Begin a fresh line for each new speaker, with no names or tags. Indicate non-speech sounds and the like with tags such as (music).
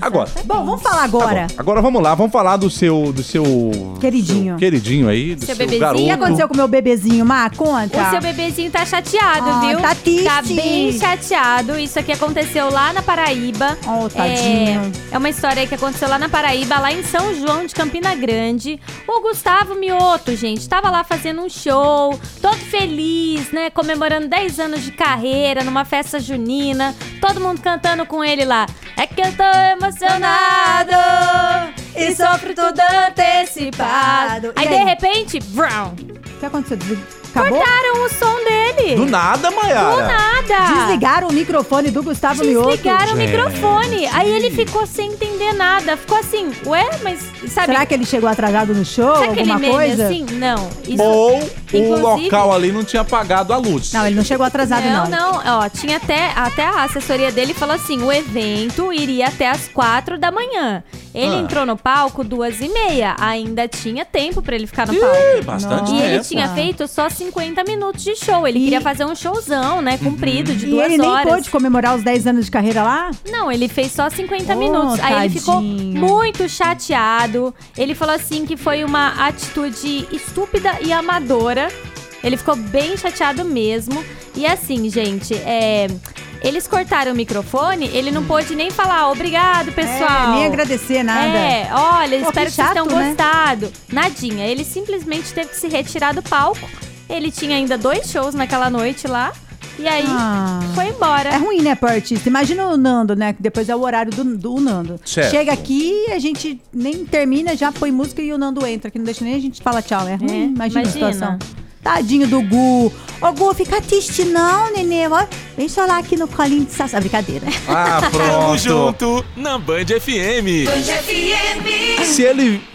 Agora.
Bom, vamos falar agora.
Tá bom. Agora vamos lá, vamos falar do seu. Do seu
Queridinho.
seu queridinho aí, do seu,
Seu bebezinho.
garoto.
O que aconteceu com o meu bebezinho, Má? Conta.
O seu bebezinho tá chateado,
Ah,
viu?
tá triste.
Tá bem chateado. Isso aqui aconteceu lá na Paraíba.
Oh, tadinho.
É, é uma história aí que aconteceu lá na Paraíba, lá em São João de Campina Grande. O Gustavo Mioto, gente, tava lá fazendo um show, todo feliz, né? Comemorando 10 anos de carreira, numa festa junina. Todo mundo cantando com ele lá. É que eu tô emocionado e sofro tudo antecipado.
E
Aí,
aí?
de repente, brown,
O que aconteceu? Des- Acabou?
cortaram o som dele.
Do nada,
Do
Maiara.
nada.
Desligaram o microfone do Gustavo Mioto.
Desligaram o
Gente.
É.
microfone. Aí ele ficou sem entender nada. Ficou assim, ué, mas sabe.
Será que ele chegou atrasado no show?
sabe aquele
alguma
meme
coisa?
assim? Não. Isso,
Ou o
Inclusive-
local ali não tinha apagado a luz.
Não, ele não chegou atrasado, não.
não, não, ó, tinha até, até a assessoria dele falou assim, o evento iria até as quatro da manhã. Ele
Ah.
entrou no palco duas e meia, ainda tinha tempo pra ele ficar no palco.
Ih, bastante
Nossa.
E
tempo.
ele tinha feito só 50 minutos de show. Ele queria fazer um showzão, né? Comprido, de duas
e ele
horas.
nem pôde comemorar os 10 anos de carreira lá?
Não, ele fez só 50
Oh,
minutos. Aí ele ficou
tadinho.
muito chateado. Ele falou assim que foi uma atitude estúpida e amadora. Ele ficou bem chateado mesmo. E assim, gente, é, eles cortaram o microfone, ele não pôde nem falar obrigado, pessoal.
Hum. É, nem agradecer nada.
É, olha,
Pô,
espero
que
que, vocês tenham
chato, né?
gostado. Nadinha, ele simplesmente teve que se retirar do palco. Ele tinha ainda dois shows naquela noite lá. E aí,
Ah.
foi embora.
É ruim, né, pro artista? Imagina o Nando, né? Que depois é o horário do, do Nando.
Certo.
Chega aqui, a gente nem termina, já põe música e o Nando entra, que não deixa nem a gente falar tchau. É ruim,
É,
imagina, a
imagina.
situação. Tadinho do Gu. Ô, Gu, fica triste não, nenê. Ó, Vem chorar aqui no colinho de Sassá. Brincadeira.
Ah,
(laughs)
Tamo
pronto.
junto na Band FM.
Se ele